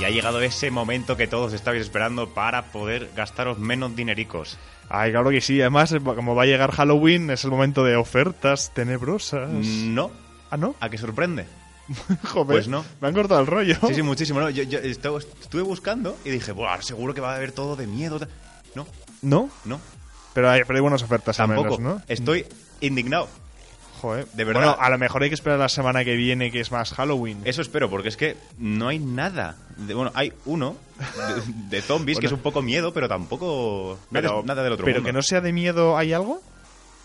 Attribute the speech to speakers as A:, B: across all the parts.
A: Y ha llegado ese momento que todos estabais esperando para poder gastaros menos dinericos.
B: Ay, claro que sí. Además, eh, como va a llegar Halloween, es el momento de ofertas tenebrosas.
A: No.
B: ¿Ah, no?
A: ¿A qué sorprende?
B: Joder,
A: Pues no.
B: Me han cortado el rollo.
A: Sí, sí, muchísimo. No, yo, yo estu- estuve buscando y dije, Buah, seguro que va a haber todo de miedo. tal". No,
B: ¿No?
A: no,
B: Pero hay, pero hay buenas ofertas al
A: tampoco.
B: menos, ¿no?
A: Estoy indignado.
B: Joder.
A: de verdad.
B: Bueno, a lo mejor hay que esperar la semana que viene, que es más Halloween.
A: Eso espero, porque es que no hay nada. de- bueno, hay uno de, de zombies que es un poco miedo, pero tampoco nada,
B: Pero-
A: nada del otro
B: Pero
A: mundo.
B: que no sea de miedo, ¿hay algo?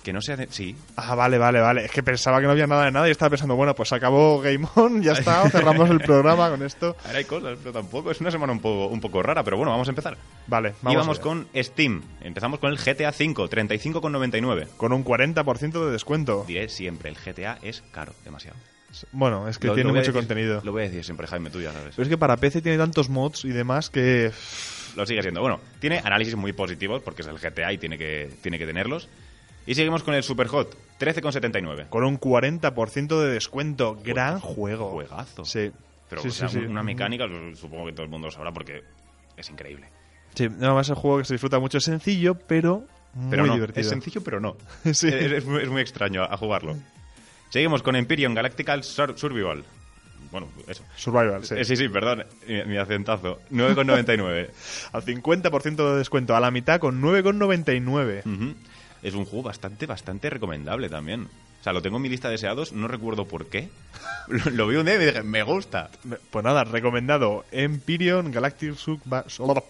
A: Que no sea de- Sí,
B: Ah, vale, vale, vale. Es que pensaba que no había nada de nada y estaba pensando, bueno, pues acabó Game On, ya está, cerramos el programa con esto.
A: ahora hay cosas, pero tampoco. Es una semana un poco, un poco rara, pero bueno, vamos a empezar.
B: Vale,
A: y
B: vamos,
A: vamos
B: allá.
A: con Steam. Empezamos con el GTA V, 35,99.
B: Con un 40% de descuento.
A: Diré siempre, el GTA es caro, demasiado.
B: Bueno, es que
A: Lo-
B: tiene
A: lo voy a
B: mucho
A: decir-
B: contenido.
A: Lo voy a decir siempre, Jaime, tú ya sabes.
B: Pero es que para PC tiene tantos mods y demás que...
A: Lo sigue siendo. Bueno, tiene análisis muy positivos porque es el GTA y tiene que, tiene que tenerlos. Y seguimos con el Superhot, 13,79.
B: Con un 40% de descuento. Gran juego.
A: Pues Juegazo.
B: Sí.
A: Pero
B: Sí,
A: o sea,
B: sí, sí.
A: una mecánica, supongo que todo el mundo lo sabrá porque es increíble.
B: Sí, no, es un juego que se disfruta mucho. Es sencillo, pero muy
A: Pero no,
B: divertido.
A: es sencillo, pero no.
B: Sí.
A: es, es muy, es muy extraño a, a jugarlo. Seguimos con Empyrean Galactical Sur- Survival. Bueno, eso.
B: Survival, sí.
A: Eh, Sí, sí, perdón, mi, mi acentazo. 9,99.
B: Al 50% de descuento, a la mitad con 9,99.
A: Ujú. Es un juego bastante, bastante recomendable también. O sea, lo tengo en mi lista de deseados, no recuerdo por qué. Lo, lo vi un día y me dije, me gusta.
B: Me- Pues nada, recomendado. Empyreon Galactic Sub...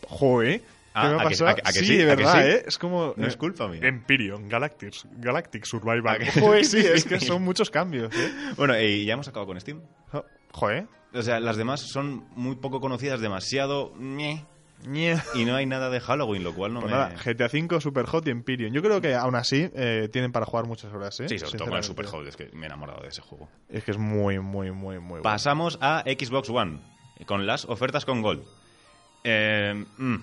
B: Joe, ¿eh?
A: Ah, ¿a que- a que- a que
B: sí,
A: sí?
B: de
A: ¿A que
B: verdad,
A: sí?
B: ¿eh? Es como...
A: No es culpa mía.
B: Empyreon Galactic, Galactic
A: ¿A
B: Survival.
A: que-
B: Joder, sí,
A: sí?
B: es que son muchos cambios, ¿eh?
A: Bueno, y ya hemos acabado con Steam.
B: Jo- ¿eh? Joder.
A: O sea, las demás son muy poco conocidas, demasiado... ñe, Y no hay nada de Halloween, lo cual no
B: Pues
A: me...
B: nada, GTA V, Super Hot y Empyreon. Yo creo que aún así eh, tienen para jugar muchas horas, ¿eh?
A: Sí, sobre todo con el
B: Sinceramente.
A: Super Hot, es que me he enamorado de ese juego.
B: Es que es muy, muy, muy, muy bueno.
A: Pasamos a Xbox One, con las ofertas con Gold. Eh, mm,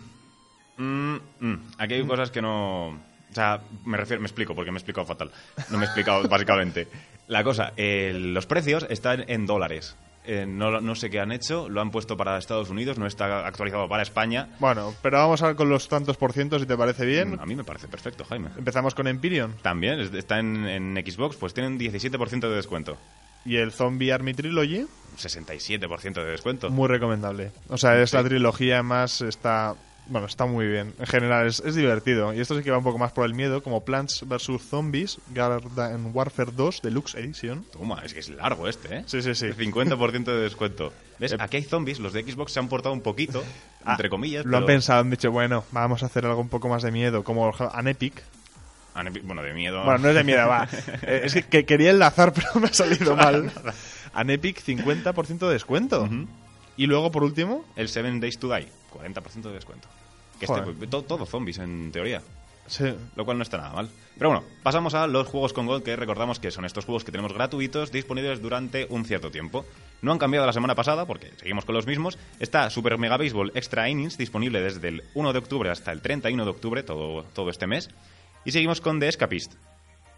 A: mm, mm. Aquí hay cosas que no... O sea, me refiero, me explico, porque me he explicado fatal. No me he explicado básicamente. La cosa, eh, los precios están en dólares. Eh, no, no sé qué han hecho, lo han puesto para Estados Unidos, no está actualizado para España. Mm,
B: Bueno, pero vamos a ver con los tantos por ciento, si te parece bien.
A: A mí me parece perfecto, Jaime.
B: Empezamos con Empyreon.
A: También es- está en, en Xbox, pues tienen 17% de descuento.
B: Y el Zombie Army Trilogy,
A: 67% de descuento.
B: muy recomendable. O sea, esta trilogía más está... Bueno, está muy bien. En general, es, es divertido. Y esto sí que va un poco más por el miedo, como Plants vs. Zombies, Garden Warfare 2 Deluxe Edition.
A: Toma, es que es largo este, ¿eh?
B: Sí, sí, sí.
A: 50% de descuento. ¿Ves? Aquí hay zombies, los de Xbox se han portado un poquito, Ah, entre comillas.
B: Lo han
A: pero
B: pensado, han dicho, bueno, vamos a hacer algo un poco más de miedo, como An Epic,
A: han epi- Bueno, de miedo.
B: Bueno, no es de miedo, va. Eh, Es que, que quería enlazar, pero me ha salido mal. An Epic, 50% de descuento. Y luego, por último,
A: El Seven Days to Die, 40% de descuento. Que este,
B: Joder.
A: to- todo zombies, en teoría.
B: se-
A: Lo cual no está nada mal. Pero bueno, pasamos a los juegos con Gold, que recordamos que son estos juegos que tenemos gratuitos, disponibles durante un cierto tiempo. No han cambiado la semana pasada, porque seguimos con los mismos. Está Super Mega Baseball Extra Innings, disponible desde el 1 de octubre hasta el 31 de octubre, todo, todo este mes. Y seguimos con The Escapist,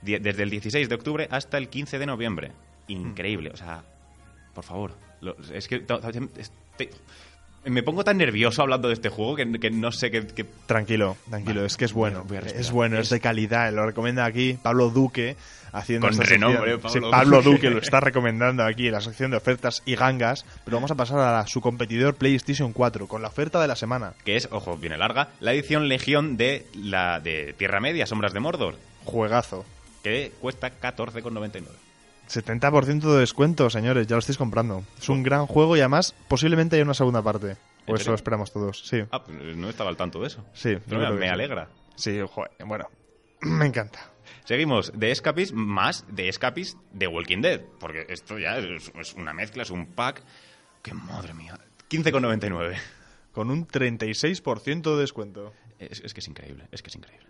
A: die- desde el 16 de octubre hasta el 15 de noviembre. Increíble, o sea, por favor. lo- es que... ta- ta- este- me pongo tan nervioso hablando de este juego que, que no sé qué- qué
B: tranquilo, tranquilo,
A: Vale,
B: es que es
A: voy a-
B: bueno.
A: voy a respirar.
B: es bueno, es de calidad. Lo recomienda aquí Pablo Duque. Haciendo
A: Con
B: esta
A: renombre,
B: sección. Sí,
A: Pablo
B: Pablo
A: Duque.
B: Duque lo está recomendando aquí en la sección de ofertas y gangas. Pero vamos a pasar a la- su competidor PlayStation 4 con la oferta de la semana.
A: que es, ojo, viene larga, la edición Legión de la de Tierra Media, Sombras de Mordor,
B: Juegazo.
A: que cuesta 14,99.
B: 70% de descuento, señores, ya lo estáis comprando. Es un gran juego y además posiblemente haya una segunda parte. O eso
A: serio?
B: esperamos todos, sí.
A: Ah, pues no estaba al tanto de eso.
B: Sí, yo
A: Pero mira,
B: creo que
A: me
B: sí.
A: alegra.
B: Sí, joder, bueno, me encanta.
A: Seguimos de Escapist más de Escapist de Walking Dead, porque esto ya es, es una mezcla, es un pack. ¡Qué madre mía! 15,99.
B: Con un 36% de descuento.
A: Es, es que es increíble, es que es increíble.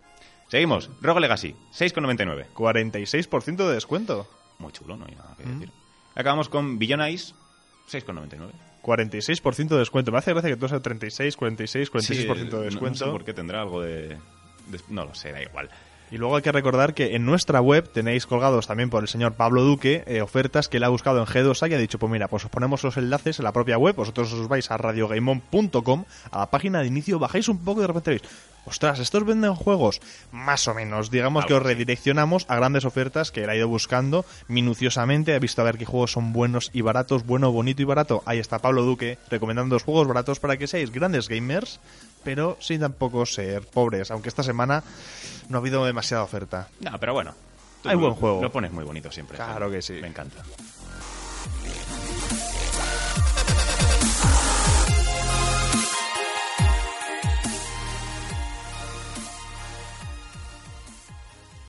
A: Seguimos, Rogue Legacy, 6,99.
B: 46% de descuento.
A: Muy chulo, no hay nada que decir. Acabamos con Billion Eyes, 6,99.
B: 46% de descuento. Me hace gracia que todo sea 36, 46, 46%
A: Sí, no-
B: de
A: No, sé
B: descuento.
A: por qué tendrá algo de, de- No lo sé, da igual.
B: Y luego hay que recordar que en nuestra web tenéis colgados también por el señor Pablo Duque eh, ofertas que él ha buscado en G2A y ha dicho, pues mira, pues os ponemos los enlaces en la propia web, vosotros os vais a radiogaimon.com, a la página de inicio, bajáis un poco y de repente veis, ostras, estos venden juegos, más o menos, digamos que os redireccionamos a grandes ofertas que él ha ido buscando minuciosamente, ha visto a ver qué juegos son buenos y baratos, bueno, bonito y barato. Ahí está Pablo Duque recomendando los juegos baratos para que seáis grandes gamers, pero sin tampoco ser pobres, aunque esta semana no ha habido demasiada oferta.
A: No, pero bueno. tú
B: Hay buen juego.
A: Lo pones muy bonito siempre.
B: Claro que sí.
A: Me encanta.